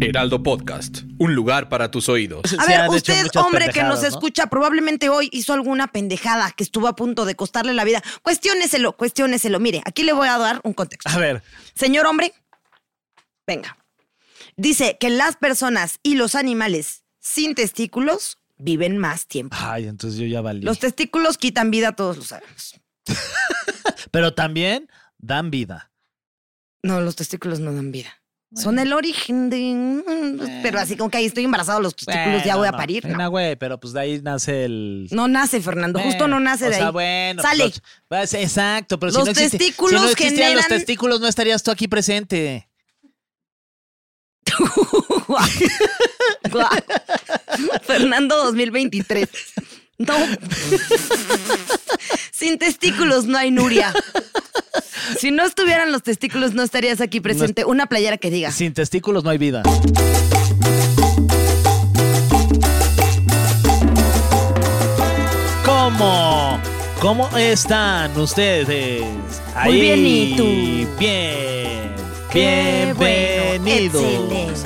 Heraldo Podcast, un lugar para tus oídos. A Se ver, han hecho usted, muchas hombre que pendejadas, nos ¿no? escucha, probablemente hoy hizo alguna pendejada que estuvo a punto de costarle la vida. Cuestióneselo, cuestióneselo. Mire, aquí le voy a dar un contexto. A ver, Señor hombre, venga. Dice que las personas y los animales sin testículos viven más tiempo. ay, entonces yo ya valí. Los testículos quitan vida, todos lo sabemos. Pero también dan vida. No, los testículos no dan vida. Son el origen de... Pero así como que ahí estoy embarazado, los testículos ya Bueno, voy a no, parir. Una No, güey, pero pues de ahí nace el. No nace, Fernando. Justo no nace o de sea, ahí. bueno, pues, Sale. los- pues, exacto, pero si Los no existe- testículos si no existían los generan- testículos no estarías tú aquí presente. Guau. Guau. Fernando 2023. No. Sin testículos no hay Nuria. Si no estuvieran los testículos, no estarías aquí presente. Una playera que diga. Sin testículos no hay vida. ¿Cómo? ¿Cómo están ustedes? Ahí. Muy bien, ¿y tú? Bien. Qué bueno, Bienvenidos. excelente.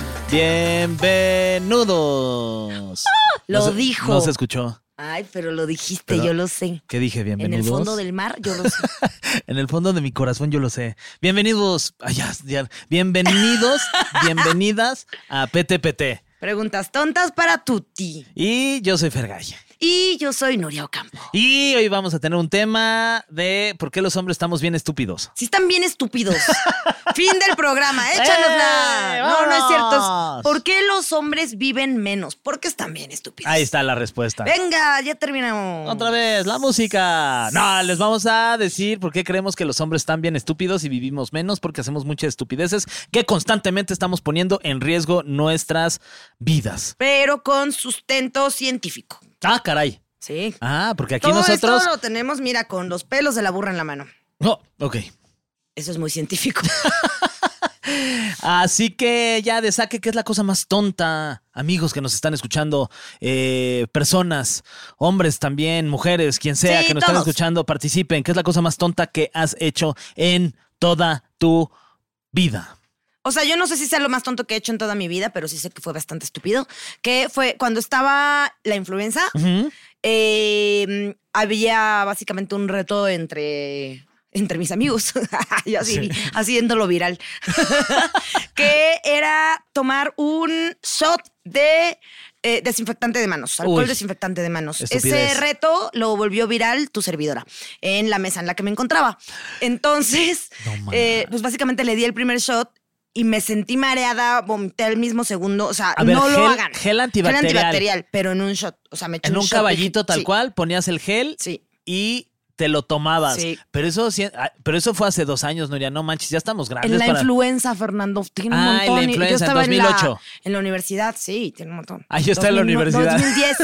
Bienvenidos. Ah, Lo No se- dijo. No se escuchó. Ay, pero lo dijiste, Pero- yo lo sé. ¿Qué dije? En Bienvenidos. el fondo del mar, yo lo sé. En el fondo de mi corazón yo lo sé. Bienvenidos. Ay, ya, ya. Bienvenidos, bienvenidas a PTPT. Preguntas tontas para Tuti. Y yo soy Fergay. Y yo soy Nuria Ocampo. Y hoy vamos a tener un tema de por qué los hombres estamos bien estúpidos. Si están bien estúpidos. fin del programa, échanosla. ¡Eh, no, no es cierto. vámonos! ¿Por qué los hombres viven menos? Porque están bien estúpidos. Ahí está la respuesta. Venga, ya terminamos. Otra vez, la música. No, les vamos a decir por qué creemos que los hombres están bien estúpidos y vivimos menos porque hacemos muchas estupideces que constantemente estamos poniendo en riesgo nuestras vidas. Pero con sustento científico. Ah, caray. Sí. Ah, porque aquí Todo nosotros... esto lo tenemos, mira, con los pelos de la burra en la mano. No, ok. Eso es muy científico. Así que ya de saque, ¿qué es la cosa más tonta? Amigos que nos están escuchando, eh, personas, hombres también, mujeres, quien sea Sí, que nos están todos. escuchando, participen. ¿Qué es la cosa más tonta que has hecho en toda tu vida? O sea, yo no sé si sea lo más tonto que he hecho en toda mi vida, pero sí sé que fue bastante estúpido. Que fue cuando estaba la influenza, Ujú. eh, había básicamente un reto entre, entre mis amigos, yo así, Sí. haciéndolo viral, que era tomar un shot de eh, desinfectante de manos, alcohol Uy. desinfectante de manos. Ese Estupidez. reto lo volvió viral tu servidora en la mesa en la que me encontraba. Entonces, No mames. eh, pues básicamente le di el primer shot. Y me sentí mareada, vomité al mismo segundo. O sea, A ver, no lo gel- hagan. gel antibacterial. pero en un shot. O sea, me eché En un shot de- caballito tal sí. cual, ponías el gel Sí. y te lo tomabas. Sí. Pero, eso, sí- ah, pero eso fue hace dos años, Nuria. No manches, ya estamos grandes. En la Ah, para- influenza, Fernando, tiene un Ah, en la montón. Y influenza, yo en estaba en, la- 2008. en la universidad, sí, tiene un montón. Ah, yo estaba en la 2000, universidad. 2010.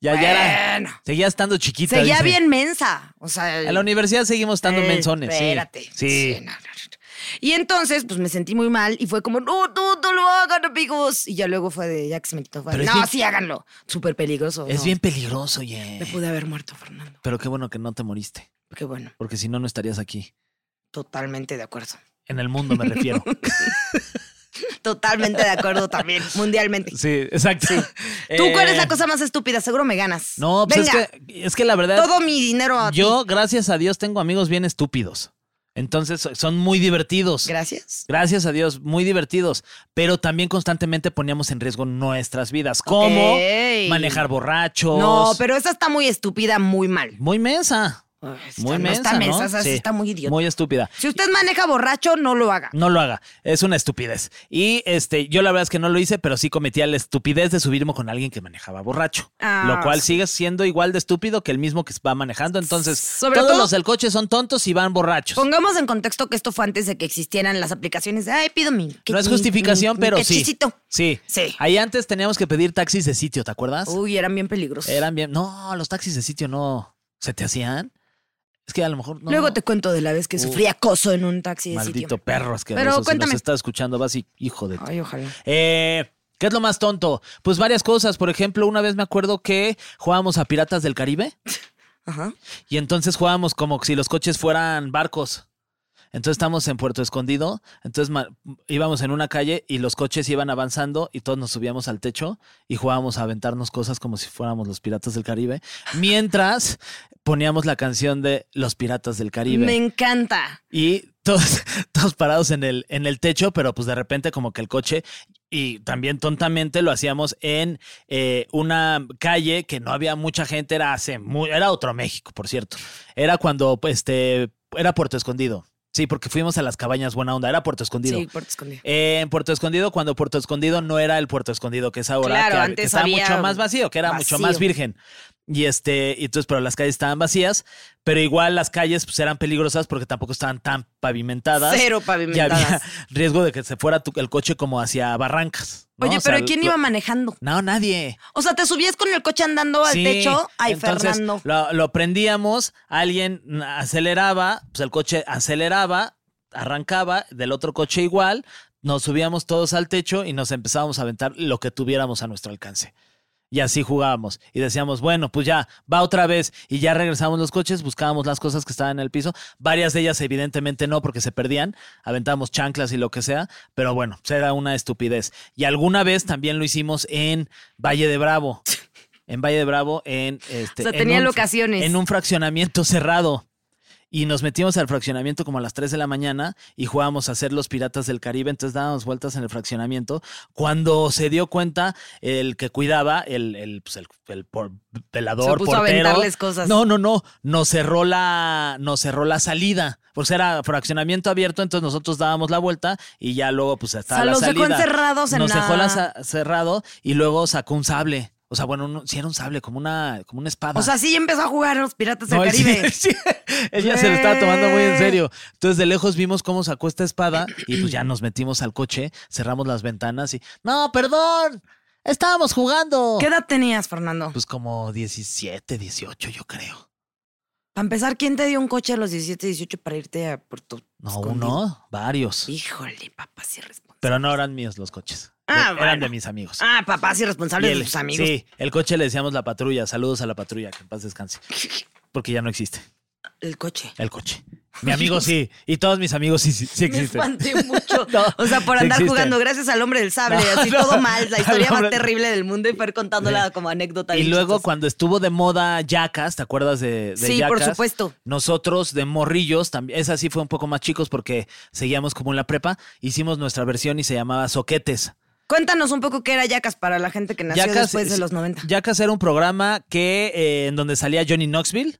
ya, ya era- Bueno. Seguía estando chiquita. Seguía dice. bien mensa. O sea, En la universidad seguimos estando eh, menzones. sí. Espérate. Sí. no, no, no. Y entonces, pues me sentí muy mal y fue como, no, no, no lo hagan, amigos. Y ya luego fue de, ya que se me quitó, fue de, Pero es no, bien- sí, háganlo. Súper peligroso. Es no. bien peligroso, Me oye. pude haber muerto, Fernando. Pero qué bueno que no te moriste, Porque bueno, porque si no, no estarías aquí. totalmente de acuerdo. En el mundo me refiero. Totalmente de acuerdo también, mundialmente. sí, exacto. ¿Tú cuál es Eh, la cosa más estúpida? Seguro me ganas. No, pues es Venga, que, es que la verdad, todo mi dinero a ti. yo, gracias a Dios, tengo amigos bien estúpidos. Entonces, so- son muy divertidos. Gracias. Gracias a Dios, muy divertidos, pero también constantemente poníamos en riesgo nuestras vidas, como Ok. manejar borrachos. No, pero esa está muy estúpida, muy mal. Muy mensa. Ay, está- Muy no mensa, está mensa, ¿no? o sea, sí Sí, está muy idiota. Muy estúpida. Si usted maneja borracho, no lo haga. No lo haga, es una estupidez. Y este, yo la verdad es que no lo hice, pero sí cometía la estupidez de subirme con alguien que manejaba borracho. Ah, lo cual sí. sigue siendo igual de estúpido que el mismo que va manejando. Entonces, Sobre todos todo- los del coche son tontos y van borrachos. Pongamos en contexto que esto fue antes de que existieran las aplicaciones de, ay, pido mi. que- no es mi- mi- justificación, mi pero sí. quechicito". Sí. Sí. Ahí antes teníamos que pedir taxis de sitio, ¿te acuerdas? Uy, eran bien peligrosos. Ah, Eran bien. No, los taxis de sitio no se te hacían. Es que a lo mejor no. Luego te cuento de la vez que sufrí acoso en un taxi de Maldito sitio. perro asqueroso. Pero Si cuéntame. nos está escuchando, vas y hijo de. Ay, ojalá. Eh, ¿Qué es lo más tonto? Pues varias cosas. Por ejemplo, una vez me acuerdo que jugábamos a Piratas del Caribe Ajá. y entonces jugábamos como si los coches fueran barcos. Entonces estábamos en Puerto Escondido, entonces ma- íbamos en una calle y los coches iban avanzando y todos nos subíamos al techo y jugábamos a aventarnos cosas como si fuéramos los Piratas del Caribe, mientras poníamos la canción de Los Piratas del Caribe. Me encanta. Y todos, todos parados en el, en el techo, pero pues de repente como que el coche, y también tontamente lo hacíamos en eh, una calle que no había mucha gente, era hace mu- era otro México, por cierto. Era cuando, pues, este, era Puerto Escondido. Sí, porque fuimos a las cabañas Buena Onda, era Puerto Escondido. Sí, puerto escondido. Eh, en Puerto Escondido, cuando Puerto Escondido no era el Puerto Escondido que es ahora, Claro, que, que antes estaba había mucho más vacío, que era mucho más vacío. virgen. Y este, y entonces, pero las calles estaban vacías, pero igual las calles pues, eran peligrosas porque tampoco estaban tan pavimentadas. Cero Y había pavimentadas. riesgo de que se fuera tu- el coche como hacia barrancas. ¿no? Oye, O sea, pero ¿quién lo- iba manejando? No, nadie. O sea, te subías con el coche andando al Sí, techo. Ay, entonces, Fernando. Lo, lo prendíamos, alguien mm, aceleraba, pues el coche aceleraba, arrancaba, del otro coche igual, nos subíamos todos al techo y nos empezábamos a aventar lo que tuviéramos a nuestro alcance. Y así jugábamos y decíamos, bueno, pues ya, va otra vez. Y ya regresábamos los coches, buscábamos las cosas que estaban en el piso. Varias de ellas evidentemente no, porque se perdían. Aventábamos chanclas y lo que sea. Pero bueno, pues era una estupidez. Y alguna vez también lo hicimos en Valle de Bravo. En Valle de Bravo, en este. O sea, en tenía un- locaciones. En un fraccionamiento cerrado. Y nos metimos al fraccionamiento como a las 3 de la mañana y jugábamos a ser los piratas del Caribe. Entonces dábamos vueltas en el fraccionamiento. Cuando se dio cuenta el que cuidaba, el, el, pues, el- el por- velador, Se puso a portero. aventarles cosas. No, no, no. Nos cerró la, nos cerró la salida. Pues era fraccionamiento abierto, entonces nosotros dábamos la vuelta y ya luego pues O estaba sea, la los dejó salida. encerrados en Nos dejó la la- sa- cerrado y luego sacó un sable. O sea, bueno, si era un sable, como una, como una espada. O sea, sí empezó a jugar a los piratas del No, él sí- Caribe. él sí- ella se lo estaba tomando muy en serio. Entonces, de lejos vimos cómo sacó esta espada y pues ya nos metimos al coche, cerramos las ventanas y. ¡No, perdón! ¡Estábamos jugando! ¿Qué edad tenías, Fernando? Pues como 17, 18, yo creo. Para empezar, ¿quién te dio un coche a los 17, 18 para irte a Puerto No, Escondido? uno, varios. Híjole, papás irresponsables. Pero no eran míos los coches. Ah, eran bueno. de mis amigos. Ah, papás irresponsables Y de el- sus amigos. Sí, el coche le decíamos la patrulla. Saludos a la patrulla, que en paz descanse. Porque ya no existe El coche. el coche. Mi amigo sí, y todos mis amigos sí, sí, sí Me existen. espanté mucho. No, o sea, por sí andar existen. jugando gracias al hombre del sable, No, así no. todo mal, la Al historia hombre- más terrible del mundo y Fer contándola Sí. como anécdota. Y bien luego chistosa. cuando estuvo de moda Yacas, ¿te acuerdas de, de Sí, por Jackass? supuesto. Nosotros de morrillos, también, esa sí fue un poco más chicos porque seguíamos como en la prepa, hicimos nuestra versión y se llamaba Soquetes. Cuéntanos un poco qué era Yacas para la gente que nació Jackass- después de los 90. Jackass era un programa que eh, en donde salía Johnny Knoxville,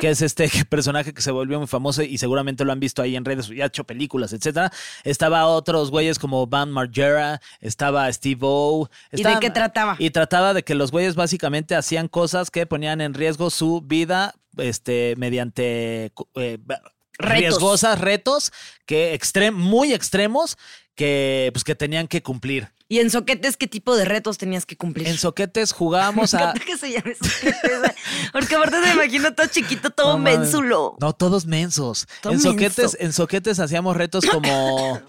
que es este personaje que se volvió muy famoso y seguramente lo han visto ahí en redes, ya ha hecho películas, etcétera. Estaba otros güeyes como Van Margera, estaba Steve O. ¿Y de qué trataba? Y trataba de que los güeyes básicamente hacían cosas que ponían en riesgo su vida, este, mediante eh, Retos. riesgosas retos que extrem- muy extremos que pues que tenían que cumplir. ¿Y en Soquetes qué tipo de retos tenías que cumplir? En soquetes jugábamos Me a. encanta que se llame Soquetes. Porque aparte te imagino todo chiquito, todo No mames. mensulo. No, todos mensos. Todo en, menso. soquetes, en soquetes hacíamos retos como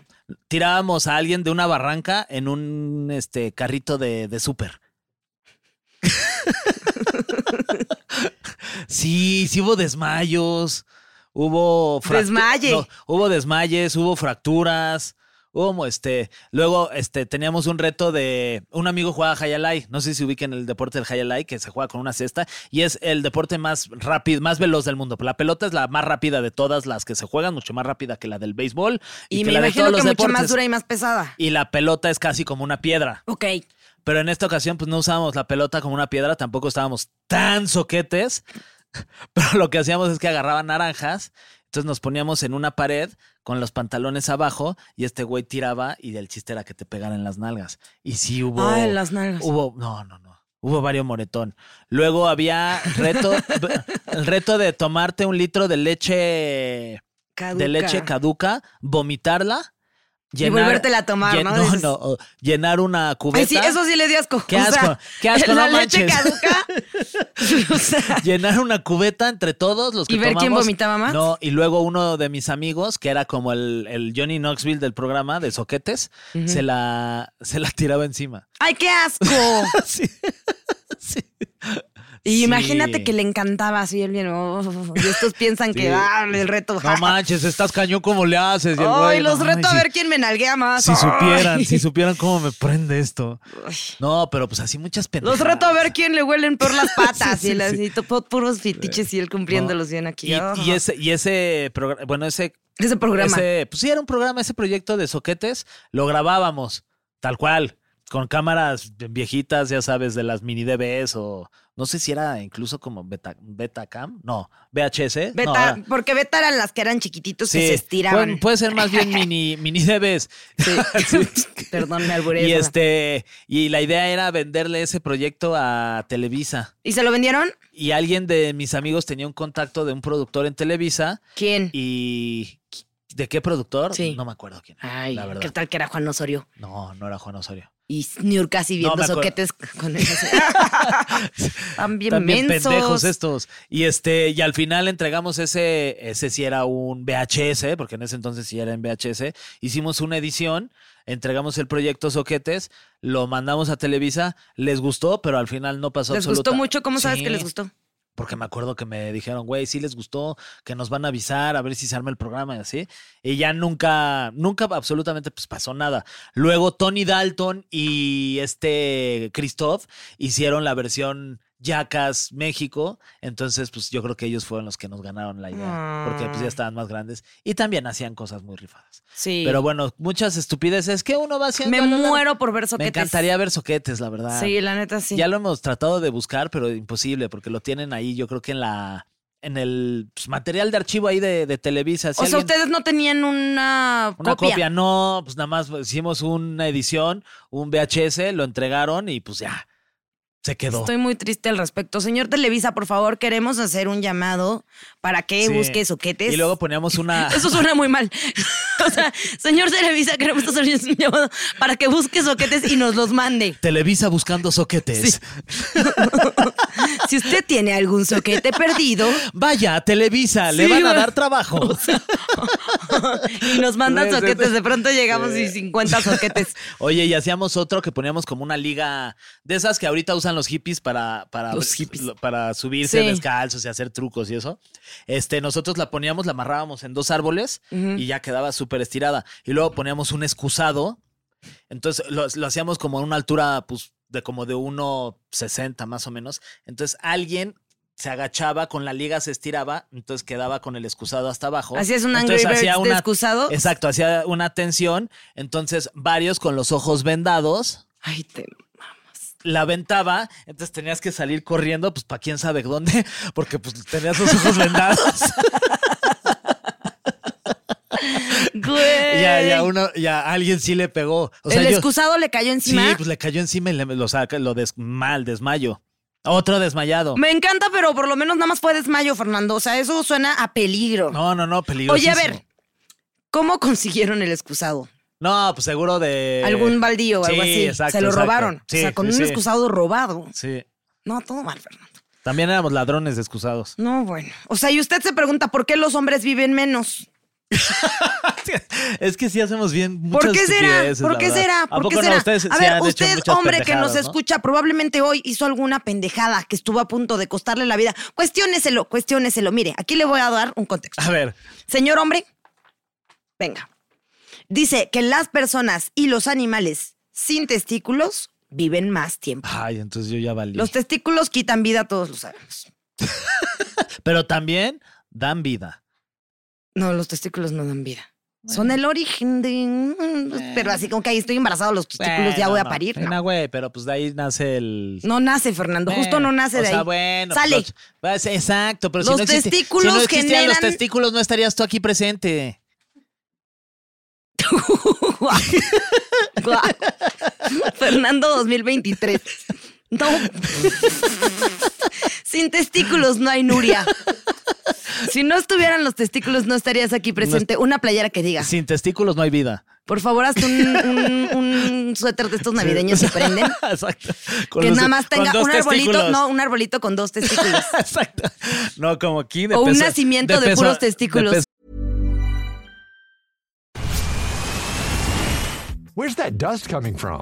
tirábamos a alguien de una barranca en un este, carrito de, de súper. sí, sí hubo desmayos, hubo fractu- Desmaye. hubo desmayes, hubo fracturas. Hubo este, luego este, teníamos un reto de un amigo jugaba Hayalai, no sé si ubiquen el deporte del Hayalai, que se juega con una cesta y es el deporte más rápido, más veloz del mundo. La pelota es la más rápida de todas las que se juegan, mucho más rápida que la del béisbol y, Y, que me la de imagino todos que los mucho deportes. más dura y más pesada. Y la pelota es casi como una piedra. Ok. Pero en esta ocasión, pues no usábamos la pelota como una piedra, tampoco estábamos tan soquetes. Pero lo que hacíamos es que agarraban naranjas, entonces nos poníamos en una pared con los pantalones abajo y este güey tiraba y del chiste era que te pegaran las nalgas. Y sí hubo... Ah, en las nalgas. Hubo, no, no, no. Hubo varios moretón. Luego había reto, el reto de tomarte un litro de leche de Caduca. leche caduca, vomitarla, volvértela a tomar, ¿no? No, Dices- no, o llenar una cubeta. Ay, sí, eso sí le di asco. Qué O sea, asco, qué asco, La no leche manches. caduca. O sea, Llenar una cubeta entre todos los que ¿Y ver quién tomamos. vomitaba más? No, y luego uno de mis amigos, que era como el, el Johnny Knoxville del programa de soquetes, se, la, se la tiraba encima. ¡Ay, qué asco! Sí. Sí. Y Sí. imagínate que le encantaba así el bien. oh, y estos piensan Sí. que ah, el reto. No manches, estás cañón, ¿cómo le haces? Y el Ay, güey, los no, reto a sí. ver quién me nalguea más. Si Ay. supieran, si supieran cómo me prende esto. Ay. No, pero pues así muchas pendejadas. Los reto a ver quién le huelen por las patas Sí, y las sí. y to- puros fetiches y él cumpliéndolos No. bien aquí. Y, Ah. y ese, y ese programa, bueno, ese, Ese programa. ese- pues sí, era un programa, ese proyecto de soquetes, lo grabábamos, tal cual, con cámaras viejitas, ya sabes, de las mini DVs o no sé si era incluso como beta, Betacam, no, VHS. no, Beta- era- porque Beta eran las que eran chiquititos sí, que se estiraban. pueden- puede ser más bien mini, mini DVs. Perdón, me albureé. Y ¿verdad? este, y la idea era venderle ese proyecto a Televisa. ¿Y se lo vendieron? Y alguien de mis amigos tenía un contacto de un productor en Televisa ¿Quién? y ¿de qué productor? Sí. No me acuerdo quién. era, Ay, la verdad. ¿qué tal que era Juan Osorio? No, no era Juan Osorio. Y Niurka así No, viendo me acuerdo. soquetes con él. así. Están bien También mensos. pendejos estos. Y este, y al final entregamos ese, ese sí era un VHS, porque en ese entonces sí era en VHS. Hicimos una edición, entregamos el proyecto Soquetes, lo mandamos a Televisa, les gustó, pero al final no pasó ¿Les gustó absoluta- mucho? ¿Cómo sabes que Sí. les gustó? porque me acuerdo que me dijeron, güey, sí les gustó, que nos van a avisar, a ver si se arma el programa y así. Y ya nunca, nunca absolutamente pues, pasó nada. Luego Tony Dalton y este Christoph hicieron la versión Yacas México. Entonces, pues yo creo que ellos fueron los que nos ganaron la idea, porque pues ya Ah. estaban más grandes y también hacían cosas muy rifadas. Sí. Pero bueno, muchas estupideces que uno va haciendo. me a la larga. muero por ver Me soquetes. encantaría ver soquetes, la verdad. Sí, la neta sí. Ya lo hemos tratado de buscar, pero imposible, porque lo tienen ahí, yo creo que en la en el pues, material de archivo ahí de, de Televisa. Si o sea, alguien- ustedes no tenían una, una copia. no, pues nada más hicimos una edición, un VHS, lo entregaron y pues ya, se quedó. Estoy muy triste al respecto. Señor Televisa, por favor, queremos hacer un llamado para que Sí. busque soquetes. Y luego poníamos una... Eso suena muy mal. o sea, señor Televisa, queremos hacer un llamado para que busque soquetes y nos los mande. Televisa buscando soquetes. Sí. Si usted tiene algún soquete perdido Vaya, Televisa, le Sí, van a güey. dar trabajo. y nos mandan Sí, sí, soquetes, Pues, este, sí. de pronto llegamos y 50 soquetes. Oye, y hacíamos otro que poníamos como una liga de esas que ahorita usan los hippies para, para, Los hippies. lo- para subirse Sí. descalzos y hacer trucos y eso. Este, nosotros la poníamos, la amarrábamos en dos árboles Mm. y ya quedaba súper estirada. Y luego poníamos un excusado. Entonces lo, lo hacíamos como a una altura, pues, de como de 1,60 más o menos. Entonces alguien se agachaba, con la liga se estiraba, entonces quedaba con el excusado hasta abajo. Así es un Angry Entonces Birds hacía de una- excusado. Exacto, hacía una tensión. Entonces, varios con los ojos vendados Ay, te- la aventaba. Entonces tenías que salir corriendo, pues para quién sabe dónde, porque pues tenías los ojos vendados. Güey. y, a, y a uno, y a alguien sí le pegó. O sea, el yo- excusado le cayó sí, encima. pues le cayó encima y le- lo saca, lo des, mal, desmayo. Otro desmayado. Me encanta, pero por lo menos nada más fue desmayo, Fernando. O sea, eso suena a peligro. No, no, no, peligroso. Oye, a ver, ¿cómo consiguieron el excusado? No, pues seguro de. Algún baldío o algo sí, así. exacto, Se lo exacto. robaron. Sí, o sea, con sí, un sí. excusado robado. Sí. No, todo mal, Fernando. También éramos ladrones de excusados. No, bueno. O sea, y usted se pregunta por qué los hombres viven menos. Es que sí hacemos bien muchas ¿Por qué será? estupideces, ¿Por la qué verdad. será? ¿A ¿Por poco qué no? será? Ustedes sí a ver, han hecho usted, muchas hombre que nos pendejadas, ¿no? escucha, probablemente hoy hizo alguna pendejada que estuvo a punto de costarle la vida. Cuestióneselo, cuestióneselo. Mire, aquí le voy a dar un contexto. A ver, Señor hombre, venga. Dice que las personas y los animales sin testículos viven más tiempo. ay, entonces yo ya valí. Los testículos quitan vida, todos lo sabemos. Pero también dan vida. No, los testículos no dan vida. Son el origen de... Pero así como que ahí estoy embarazado, los testículos ya Bueno, voy a no, parir. Reina, No, güey, pero pues de ahí nace el... No nace, Fernando. Justo no nace o de sea, ahí. bueno, Sale. pues, pues, exacto, pero si Los no existe- testículos si no existieran los generan- testículos no estarías tú aquí presente. Guau. Guau. Fernando 2023. No. Sin testículos no hay Nuria. Si no estuvieran los testículos, no estarías aquí presente. Una playera que diga. Sin testículos no hay vida. Por favor, hazte un, un- un suéter de estos navideños que prenden. Exacto. Con Que los- nada más con tenga dos un arbolito, testículos. no, un arbolito con dos testículos. Exacto. No, como aquí de O un peso- nacimiento de puros testículos. peso- Where's that dust coming from?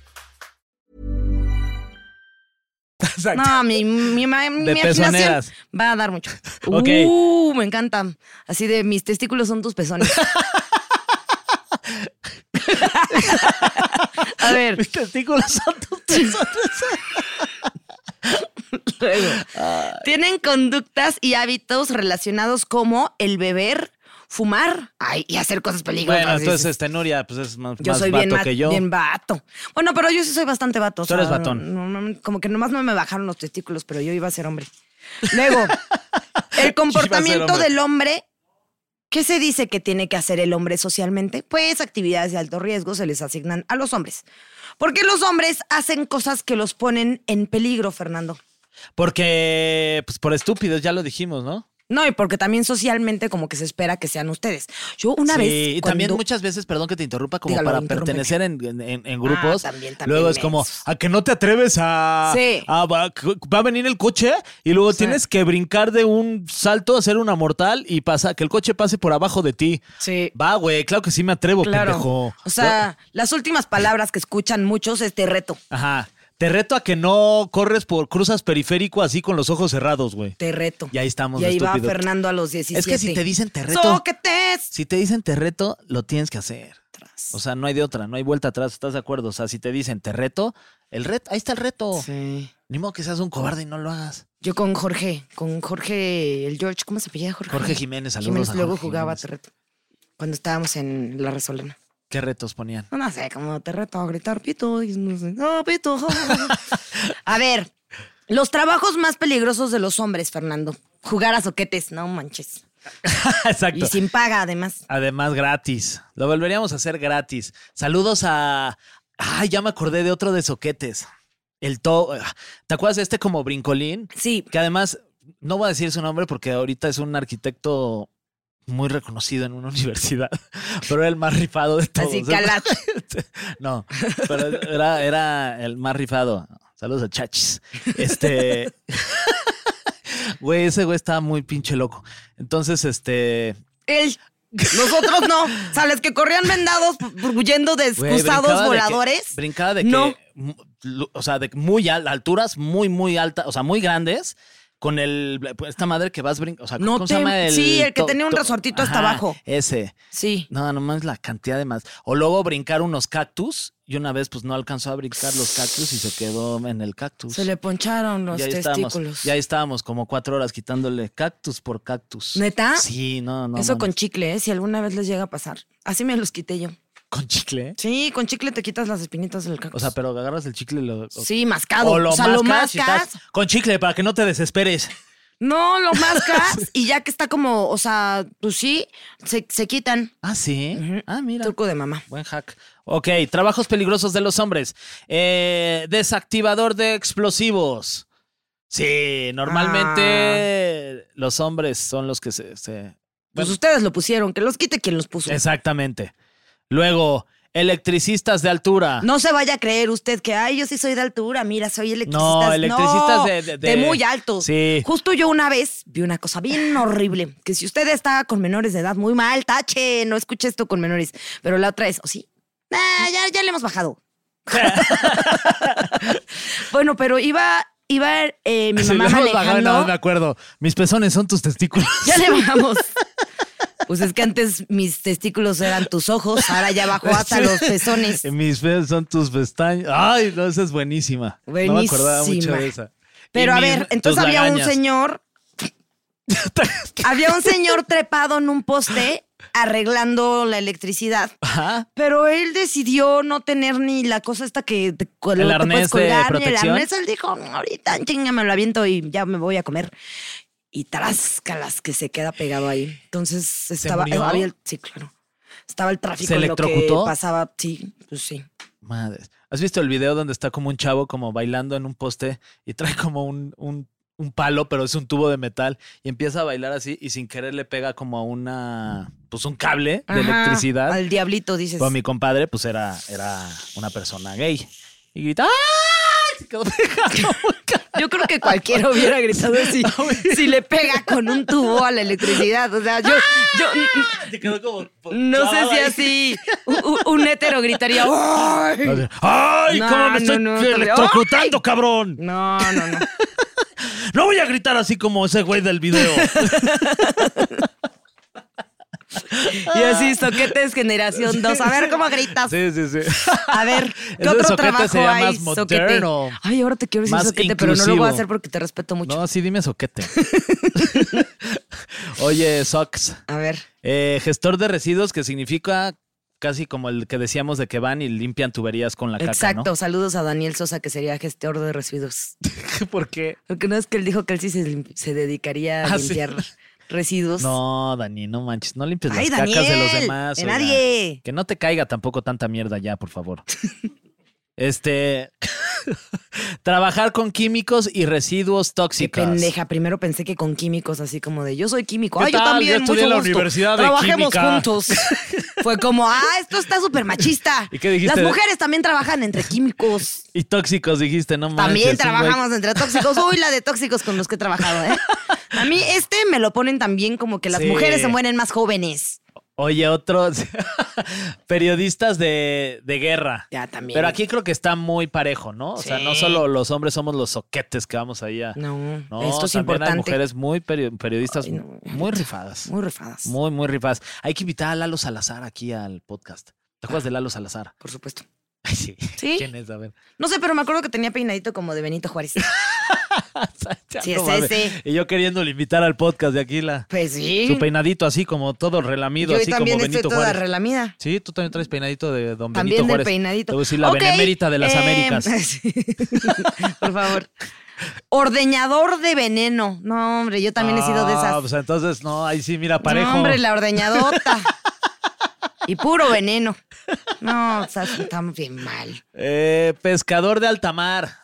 Exacto. No, mi, mi, ma- mi De imaginación pezoneras. va a dar mucho. Ok. Uh, me encanta. Así de mis testículos son tus pezones. a ver, Mis testículos son tus pezones. luego. tienen conductas y hábitos relacionados como el beber, fumar ay, y hacer cosas peligrosas. Bueno, entonces Dices, este Nuria, pues es más, yo más soy vato bien, ma- que yo. bien vato. Bueno, pero yo sí soy bastante vato. o Tú eres sea, batón. no- no- como que nomás no me bajaron los testículos, pero yo iba a ser hombre. Luego, el comportamiento hombre. del hombre. ¿Qué se dice que tiene que hacer el hombre socialmente? Pues actividades de alto riesgo se les asignan a los hombres. Porque los hombres hacen cosas que los ponen en peligro, Fernando. Porque, pues por estúpidos, ya lo dijimos, ¿no? No, y porque también socialmente como que se espera que sean ustedes. Yo una sí, vez... y también cuando- muchas veces, perdón que te interrumpa, como Dígalo, para interrúmpeme. pertenecer en, en- en- en grupos. también, también luego es mensos. como, a que no te atreves a. Sí. a- va, va a venir el coche y luego tienes que brincar de un salto, hacer una mortal y pasa, que el coche pase por abajo de ti. Sí. Va, güey, claro que sí me atrevo, Claro. pendejo. O sea, las últimas palabras que escuchan muchos es te reto. Ajá. Te reto a que no corres por cruzas periférico así con los ojos cerrados, güey. Te reto. Y ahí estamos, Y ahí va estúpido. Fernando a los 17. Es que si te dicen te reto. ¡Sóquetes! Si te dicen te reto, lo tienes que hacer. O sea, no hay de otra, no hay vuelta atrás, ¿estás de acuerdo? O sea, si te dicen te reto, el reto, ahí está el reto. Sí. Ni modo que seas un cobarde y no lo hagas. Yo con Jorge, con Jorge, el George, ¿cómo se apellida Jorge? Jorge Jiménez, saludos Jiménez a luego Jorge jugaba Jiménez. te reto. Cuando estábamos en la Resolana. ¿Qué retos ponían? No, no sé, como te reto a gritar pito. Y no sé, "No, pito. ja, ja, ja". a ver, los trabajos más peligrosos de los hombres, Fernando. Jugar a soquetes, no manches. Exacto. Y sin paga, además. Además, gratis. Lo volveríamos a hacer gratis. Saludos a. Ay, ya me acordé de otro de soquetes. El to. ¿Te acuerdas de este como brincolín? Sí, Que además, no voy a decir su nombre porque ahorita es un arquitecto muy reconocido en una universidad, pero era el más rifado de todos. Así, Calat. No, pero era, era el más rifado. Saludos a Chachis. Este. Güey, ese güey estaba muy pinche loco. Entonces, este. él. Nosotros no. O sea, los que corrían vendados huyendo de Güey, excusados brincaba de que- voladores. brincaba de No. que, mu- lu- o sea, de muy al- alturas, muy, muy altas, o sea, muy grandes, con el pues, esta madre que vas brincando. O sea, No ¿cómo se te- llama el? sí, el que to- tenía un to- resortito hasta Ajá, abajo. Ese. Sí. No, nomás la cantidad de más. O luego brincar unos cactus. Y una vez, pues no alcanzó a brincar los cactus y se quedó en el cactus. Se le poncharon los pues. Y ahí estábamos- testículos. y ahí estábamos como cuatro horas quitándole cactus por cactus. ¿Neta? Sí, no, no. Eso mames. con chicle, ¿eh? si alguna vez les llega a pasar. Así me los quité yo. con chicle. Sí, con chicle te quitas las espinitas del O cactus. sea, pero agarras el chicle y lo. sí, mascado. O lo o sea, lo mascas y mascas. estás con chicle para que no te desesperes. No, lo mascas y ya que está como, o sea, pues sí, se, se quitan. Ah, sí. Ah, mira. Truco de mamá. Buen hack. Ok, trabajos peligrosos de los hombres. Eh, desactivador de explosivos. Sí, normalmente Ah. los hombres son los que se... se- Pues Bueno, ustedes lo pusieron, que los quite quien los puso. exactamente. Luego, electricistas de altura. No se vaya a creer usted que, ay, yo sí soy de altura, mira, soy electricista. No, electricistas de- de- de, de- muy altos. Sí. Justo yo una vez vi una cosa bien horrible, que si usted está con menores de edad muy mal, tache, no escuche esto con menores. Pero la otra es, ¿o sí? Ah, ya, ya le hemos bajado. bueno, pero iba, iba eh, mi Se mamá los hemos bajado, manejando. nada más me acuerdo. Mis pezones son tus testículos. Ya le bajamos. Pues es que antes mis testículos eran tus ojos, ahora ya bajó hasta los pezones. Mis pezones son tus pestañas. Ay, no, esa es buenísima. No me acordaba mucho Buenísima. de esa. Pero Y a mis- ver, tus entonces había un lagañas. señor. había un señor trepado en un poste arreglando la electricidad. Ajá. Pero él decidió no tener ni la cosa esta que te, col- ¿El te arnés de puedes colgar, ni el protección? arnés. Él dijo, "No, ahorita chinga, me lo aviento y ya me voy a comer. Y tráscalas que se queda pegado ahí. Entonces estaba, murió? había el- sí, claro. Estaba el tráfico ¿Se en lo que electrocutó? pasaba, sí, pues sí. Madres. ¿Has visto el video donde está como un chavo como bailando en un poste y trae como un, un, un palo, pero es un tubo de metal y empieza a bailar así y sin querer le pega como a una, pues un cable de Ajá, electricidad? Al diablito, dices. Pues mi compadre, pues era, era una persona gay. Y grita, ¡ay! Se quedó pegado. Yo creo que cualquiera hubiera gritado si, si le pega con un tubo a la electricidad. O sea, yo, yo Se quedó como. no sé clavado si ahí. así u- u- un, hétero gritaría. "Ay". ¡Ay, No, cómo me estoy no, no, tal vez- electrocutando, cabrón! No, no, no. No voy a gritar así como ese güey del video. Y así, soquetes generación 2. A ver cómo gritas. sí, sí, sí. A ver, ¿qué Eso de otro soquete trabajo sería hay? más soquete. moderno. Ay, ahora te quiero decir Más soquete, pero no lo voy inclusivo. a hacer porque te respeto mucho. No, sí, dime soquete. Oye, Sox, A ver. eh, gestor de residuos que significa casi como el que decíamos de que van y limpian tuberías con la caca, Exacto, saludos a Daniel Sosa, que sería gestor de residuos. ¿no? ¿Por qué? Porque no es que él dijo que él sí se, lim- se dedicaría a Ah, sí. limpiar residuos. No, Dani, no manches, no limpies Pues Ay, las cacas de los Daniel, demás. de oiga. nadie. Que no te caiga tampoco tanta mierda ya, por favor. este, trabajar con químicos y residuos Qué tóxicos. pendeja. Primero pensé que con químicos, así como de yo soy químico. ¿Qué Ay, yo tal? también. Yo mucho estudié en la gusto. Universidad de Trabajemos Química". juntos. Fue como, ah, esto está súper machista. ¿Y qué dijiste? Las mujeres también trabajan entre químicos. Y tóxicos, dijiste, no manches. También un güey- trabajamos entre tóxicos. Uy, la de tóxicos con los que he trabajado, ¿eh? A mí este me lo ponen también como que las Sí. mujeres se mueren más jóvenes. Oye, otros periodistas de, de guerra. Ya, también. Pero aquí creo que está muy parejo, ¿no? O sea, no Sí. solo los hombres somos los soquetes que vamos ahí a. No, No, esto es también importante. Hay mujeres muy peri- periodistas Ay, no. muy rifadas. Muy rifadas. Muy, muy rifadas. Hay que invitar a Lalo Salazar aquí al podcast. ¿Te acuerdas de Lalo Salazar? Por supuesto. Ay, sí. ¿Sí? ¿Quién es? A ver. No sé, pero me acuerdo que tenía peinadito como de Benito Juárez. Sí, No es mames. ese. Y yo queriéndole invitar al podcast de aquí la. Pues sí. Su peinadito así como todo relamido, Yo hoy así como también estoy Benito toda Juárez. relamida. Sí, tú también traes peinadito de Don También Benito Juárez. del peinadito. Te voy a decir la Ok, benemérita de las em, Américas. sí. Por favor. Ordeñador de veneno. No, hombre, yo también he sido de Ah, esas. pues entonces, no, ahí sí, mira, parejo. No, hombre, la ordeñadota. y puro veneno. No, o sea, estamos bien mal. Eh, pescador de alta mar.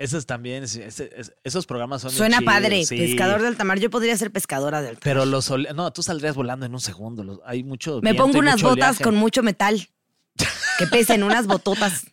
Esos también, es- es- es- esos programas son bien Suena chidos, padre. sí. Pescador de alta mar. Yo podría ser pescadora de alta mar. Pero los ole- No, tú saldrías volando en un segundo. los- Hay mucho. Me viento pongo y unas mucho botas oleaje. con mucho metal. Que pesen unas bototas.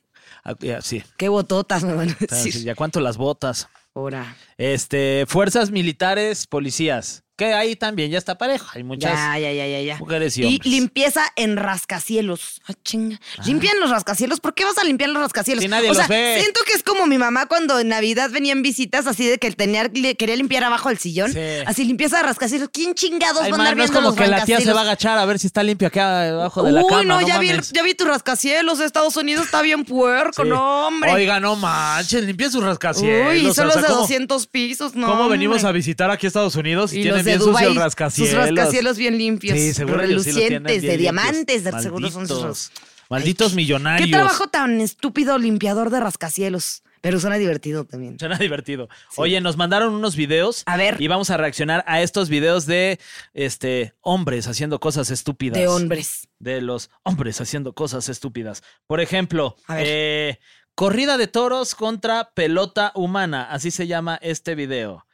Ah, ya, sí. Qué bototas me van a Ah, sí, decir. ¿Ya cuánto las botas? Ahora. Este, fuerzas militares, policías. Que ahí también ya está parejo. Hay muchas. Ya, ya, ya, ya, ya. mujeres y hombres. limpieza en rascacielos. Ah, chinga. Limpian los rascacielos. ¿Por qué vas a limpiar los rascacielos? Si nadie o sea, los ve. siento que es como mi mamá cuando en Navidad venían visitas así de que tenía, le quería limpiar abajo el sillón. Sí. Así limpieza de rascacielos. ¿Quién chingados Ay, va a man, andar no es viendo como los que la tía se va a rascacielos? agachar a ver si está limpio acá debajo de la Uy, cama. no, ya, vi, mames. ya vi tus rascacielos. Estados Unidos está bien puerco, Sí. no, hombre. Oiga, no manches, limpien sus rascacielos. Uy, o son los sea, de ¿cómo- 200 pisos, no. ¿Cómo venimos hombre. a visitar aquí a Estados Unidos y, Y tienen los de bien Dubái, sucio el sus rascacielos? rascacielos bien limpios, Sí, seguro ellos sí los tienen relucientes, bien de limpios. diamantes, de seguro son sus Malditos. ras- Malditos Ay, millonarios. ¿Qué trabajo tan estúpido limpiador de rascacielos? Pero suena divertido también. Suena divertido. Oye, nos mandaron unos videos. A ver. Y vamos a reaccionar a estos videos de este hombres haciendo cosas estúpidas. De hombres. De los hombres haciendo cosas estúpidas. Por ejemplo, A ver. eh, corrida de toros contra pelota humana. Así se llama este video.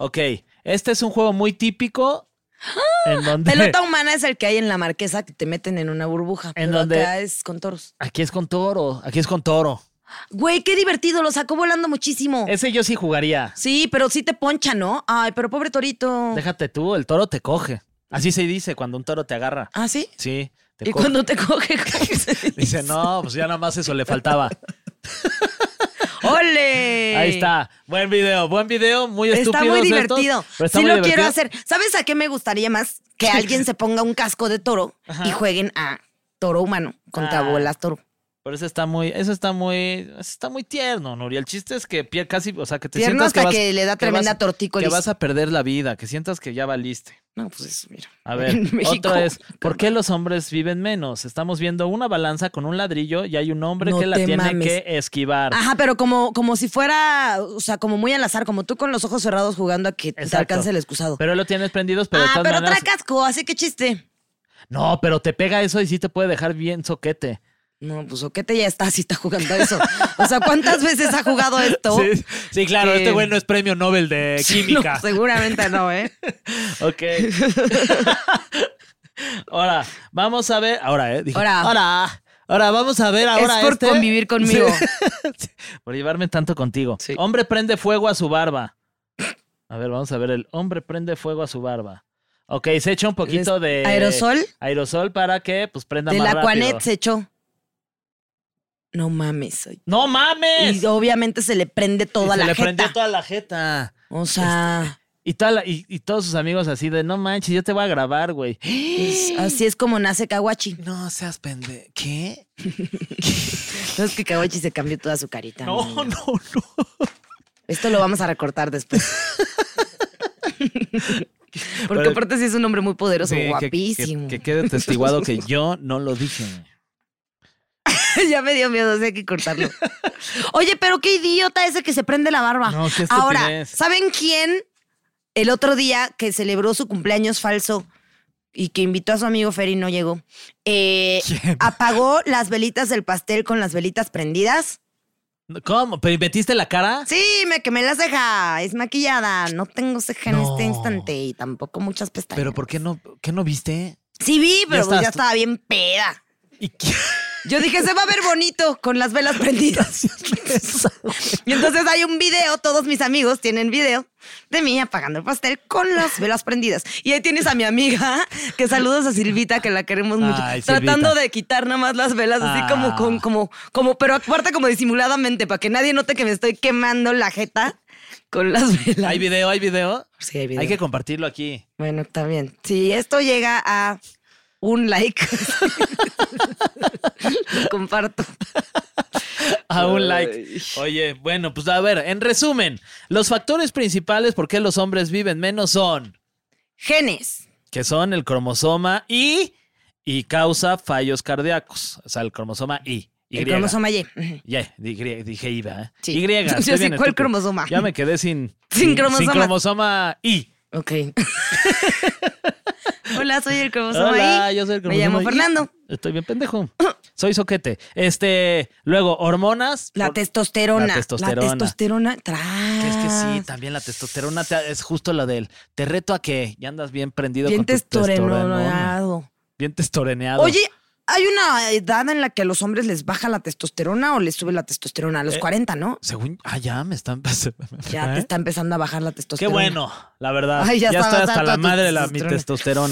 Ok. Este es un juego muy típico. En donde, ¡Ah! Pelota humana es el que hay en la marquesa que te meten en una burbuja. pero donde- acá es con toros. Aquí es con toro. Aquí es con toro. Güey, qué divertido, lo sacó volando muchísimo. Ese yo sí jugaría. Sí, pero sí te poncha, ¿no? Ay, pero pobre torito. Déjate tú, el toro te coge. Así se dice cuando un toro te agarra. ¿Ah, sí? Sí. Te Y coge. cuando te coge, ¿cómo se dice? Dice, no, pues ya nada más eso le faltaba. ¡Ole! Ahí está. Buen video, buen video, muy estúpido. Está muy divertido. sí lo quiero hacer. ¿Sabes a qué me gustaría más? Que alguien se ponga un casco de toro y jueguen a toro humano contra Ah. bolas toro. Pero eso está muy, eso está muy, eso está muy tierno, Nuri. El chiste es que pier- casi, o sea, que te Tierno sientas que hasta vas- que le da tremenda vas- tortícolis. Que vas a perder la vida, que sientas que ya valiste. No, pues eso, mira. A ver, En México. otro es, ¿por qué los hombres viven menos? Estamos viendo una balanza con un ladrillo y hay un hombre No que la te tiene mames. Ah. que esquivar. Ajá, pero como, como si fuera, o sea, como muy al azar, como tú con los ojos cerrados jugando a que te Exacto. alcance el excusado. Pero lo tienes prendido, pero de ah, todas pero maneras- trae casco, así que chiste. No, pero te pega eso y sí te puede dejar bien soquete. No, pues Oquete ya está, si está jugando a eso. O sea, ¿cuántas veces ha jugado esto? Sí, sí, claro, Que- este güey no es premio Nobel de química. No, seguramente no, ¿eh? Ok. ahora, vamos a ver. Ahora, ¿eh? Dije, Ahora. ahora. Ahora, vamos a ver ahora. es por este. convivir conmigo. Sí. por llevarme tanto contigo. Sí. Hombre prende fuego a su barba. A ver, vamos a ver. El hombre prende fuego a su barba. Ok, se echa un poquito Es de. aerosol. Aerosol para que pues prenda Del más Aquanet rápido. se echó. No mames. oye. ¡No mames! Y obviamente se le prende toda Y se la le jeta. prendió toda la jeta. O sea, Y, toda la- y, y todos sus amigos así de, no manches, yo te voy a grabar, güey. es- así es como nace Kawachi. No seas pende... ¿Qué? No es que Kawachi se cambió toda su carita. No, no, amigo. no. Esto lo vamos a recortar después. Porque Pero- aparte sí es un hombre muy poderoso, Sí, que- guapísimo. Que, que quede testiguado que yo no lo dije. ya me dio miedo, o sea, hay que cortarlo. Oye, pero qué idiota ese que se prende la barba. No, qué estupidez. Ahora, ¿saben quién el otro día que celebró su cumpleaños falso y que invitó a su amigo Fer y no llegó? eh, apagó las velitas del pastel con las velitas prendidas. ¿Cómo? ¿Pero metiste la cara? Sí, me quemé la ceja, es maquillada, no tengo ceja en este instante y tampoco muchas pestañas. ¿Pero por qué no, qué no viste? Sí vi, pero Ya pues ya estás tú. estaba bien peda. ¿Y qué? Yo dije, se va a ver bonito con las velas prendidas. Y entonces hay un video, todos mis amigos tienen video de mí apagando el pastel con las velas prendidas. Y ahí tienes a mi amiga, que saludos a Silvita, que la queremos mucho, Ay, tratando Silvita. de quitar nada más las velas, así Ah. como, con, como, como, pero aparte como disimuladamente, para que nadie note que me estoy quemando la jeta con las velas. ¿Hay video? ¿Hay video? Sí, hay video. Hay que compartirlo aquí. Bueno, está bien. Si esto llega a un like, lo comparto. A un like. Oye, bueno, pues a ver, en resumen, los factores principales por qué los hombres viven menos son Genes. que son el cromosoma Y y causa fallos cardíacos. O sea, el cromosoma Y. Y. El cromosoma Y. Ujú. Ya, dije, dije Y, ¿verdad? Sí. Y. Yo estoy sí, bien ¿cuál estúpido. cromosoma? Ya me quedé sin, Sin cromosoma. cromosoma Y. Ok. Hola, soy el cromosoma Hola, I. yo soy el Me cromosoma llamo Y. Fernando. Estoy bien pendejo. Soy soquete. Este, luego, hormonas. La Por- testosterona. La testosterona. La testosterona. Tras. Que es que sí, también la testosterona te- es justo la del te reto a que ya andas bien prendido Bien con tu testosterona. testosteronado. Bien testoreneado. Oye, ¿hay una edad en la que a los hombres les baja la testosterona o les sube la testosterona? A Eh, los 40, ¿no? según ah ya me están ¿Eh? pasando. Ya te está empezando a bajar la Qué testosterona. bueno, la verdad. Ay, ya ya estaba estoy hasta harta la tu madre de la, mi testosterona.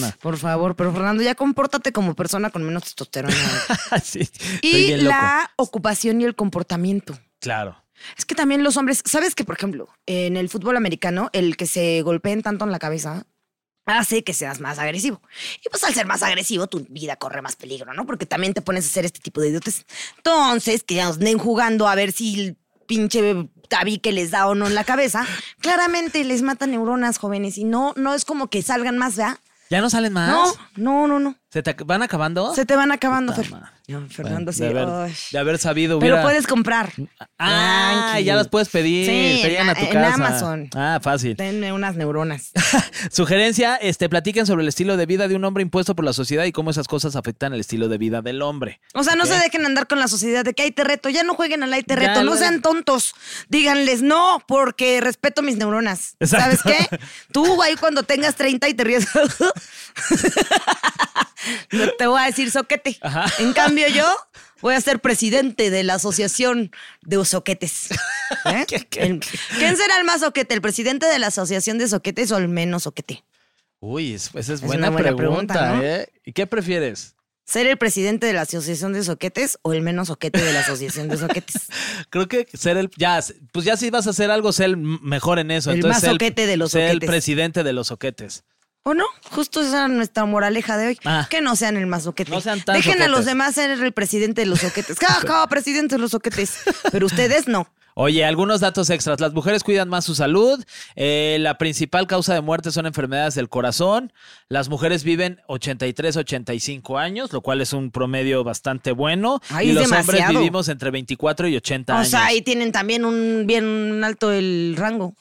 testosterona. Por favor, pero Fernando, ya compórtate como persona con menos testosterona. Sí, estoy Ah, y bien loco. la ocupación y el comportamiento. Claro. Es que también los hombres, ¿sabes que, por ejemplo, en el fútbol americano, el que se golpeen tanto en la cabeza hace que seas más agresivo? Y pues al ser más agresivo, tu vida corre más peligro, ¿no? Porque también te pones a hacer este tipo de idiotes. Entonces, que anden jugando a ver si el pinche tabique les da o no en la cabeza. Claramente les mata neuronas, jóvenes, y no, no es como que salgan más, ¿verdad? ¿Ya no salen más? No, no, no, no. ¿Se te ac- van acabando? Se te van acabando, ¿Ah? Oh. Puta Fer. madre. No, Fernando, Bueno, sí. De ay. haber, de haber sabido. Pero hubiera- puedes comprar. Ah, Tranqui. ya las puedes pedir. Sí, te llegan en a tu a- en casa. Amazon. Ah, fácil. Denme unas neuronas. Sugerencia, este, platiquen sobre el estilo de vida de un hombre impuesto por la sociedad y cómo esas cosas afectan el estilo de vida del hombre. O sea, no se dejen andar con la sociedad de que hay te reto. Ya no jueguen al hay te Ya, reto. No luego- sean tontos. Díganles no, porque respeto mis neuronas. Exacto. ¿Sabes qué? Tú ahí cuando tengas 30 y te ríes. no te voy a decir soquete. En cambio, yo voy a ser presidente de la asociación de soquetes. ¿Eh? El- ¿Quién será el más soquete? ¿El presidente de la asociación de soquetes o el menos soquete? Uy, es- esa es, una buena, buena pregunta, pregunta, ¿no? ¿eh? ¿Y qué prefieres? ¿Ser el presidente de la asociación de soquetes o el menos soquete de la asociación de soquetes? Creo que ser el. Ya, pues ya si vas a hacer algo, ser el m- mejor en eso. El Entonces, más ser soquete de los ser el soquetes. presidente de los soquetes. ¿O no? Justo esa era nuestra moraleja de hoy. Ah. Que no sean el más soquete. No sean tan Dejen a los soquetes. demás ser el presidente de los soquetes. ¡Ja, ja, presidente de los soquetes! Pero ustedes no. Oye, algunos datos extras. Las mujeres cuidan más su salud. eh, la principal causa de muerte son enfermedades del corazón. Las mujeres viven 83, 85 años, lo cual es un promedio bastante bueno. Ay, y es los hombres demasiado. vivimos entre 24 y 80 O años. sea, ahí tienen también un bien alto el rango.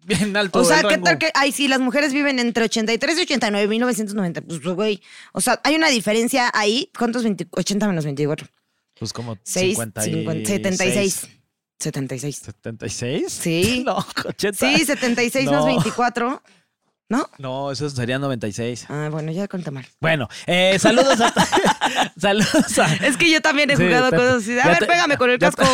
Bien alto. O sea, el ¿qué rango. tal que.? Ay, sí, las mujeres viven entre 83 y 89 1990. Pues, güey. O sea, hay una diferencia ahí. ¿Cuántos? 20 80 menos 24. Pues como 6, 50 76. 76. 76. Sí. No, 80. Sí, 76 más No. 24. ¿No? No, eso sería 96. Ah, bueno, ya conté mal. Bueno, eh, saludos a saludos a Es que yo también he Sí, jugado te- cosas así. de, A ya ver, te- pégame con el ya casco.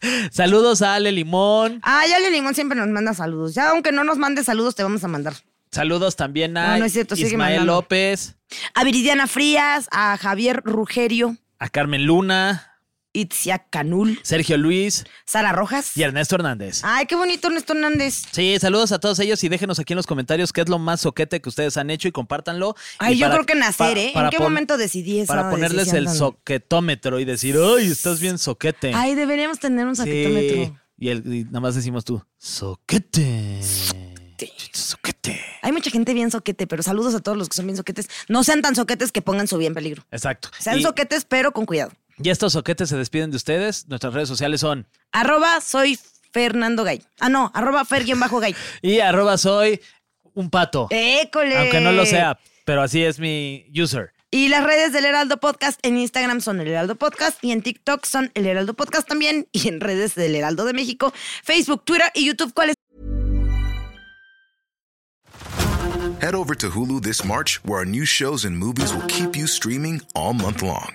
te- saludos a Ale Limón. Ah, ya Le Limón siempre nos manda saludos. Ya, aunque no nos mande saludos, te vamos a mandar. Saludos también a No, no es cierto, sigue Ismael mandando. López, A Viridiana Frías, a Javier Rugerio, a Carmen Luna, Itzia Canul, Sergio Luis Sara Rojas. y Ernesto Hernández. Ay, qué bonito Ernesto Hernández. Sí, saludos a todos ellos y déjenos aquí en los comentarios qué es lo más soquete que ustedes han hecho y compártanlo. Ay, Y yo para- creo que nacer, pa- ¿eh? ¿En para qué pon- momento decidí esa Para ponerles decisión el tan- soquetómetro y decir, ¡ay, estás bien soquete! Ay, deberíamos tener un Sí. saquetómetro. Y, el, y nada más decimos tú, soquete. Soquete. Hay mucha gente bien soquete, pero saludos a todos los que son bien soquetes. No sean tan soquetes que pongan su vida en peligro. Exacto. Sean y, soquetes, pero con cuidado. y estos soquetes se despiden de ustedes. Nuestras redes sociales son Arroba soy Fernando Gay. Ah, no, arroba Fer-Gay. y arroba soy un pato. Eh. École. Aunque no lo sea, pero así es mi user. Y las redes del Heraldo Podcast en Instagram son el Heraldo Podcast y en TikTok son el Heraldo Podcast también y en redes del Heraldo de México, Facebook, Twitter y YouTube. ¿Cuál es? Head over to Hulu this March, where our new shows and movies will keep you streaming all month long.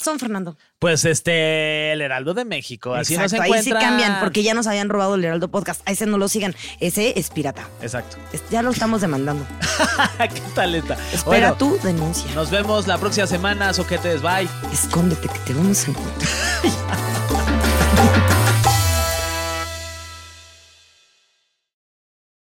Son Fernando. Pues este, el Heraldo de México. Así nos Exacto, ahí sí encuentran. cambian porque ya nos habían robado el Heraldo Podcast. A ese no lo sigan. Ese es pirata. Exacto. Ah, Es- Ya lo estamos demandando. ¿Qué tal está? Espera Bueno, tu denuncia. nos vemos la próxima semana, soquetes. Bye. Escóndete que te vamos a encontrar.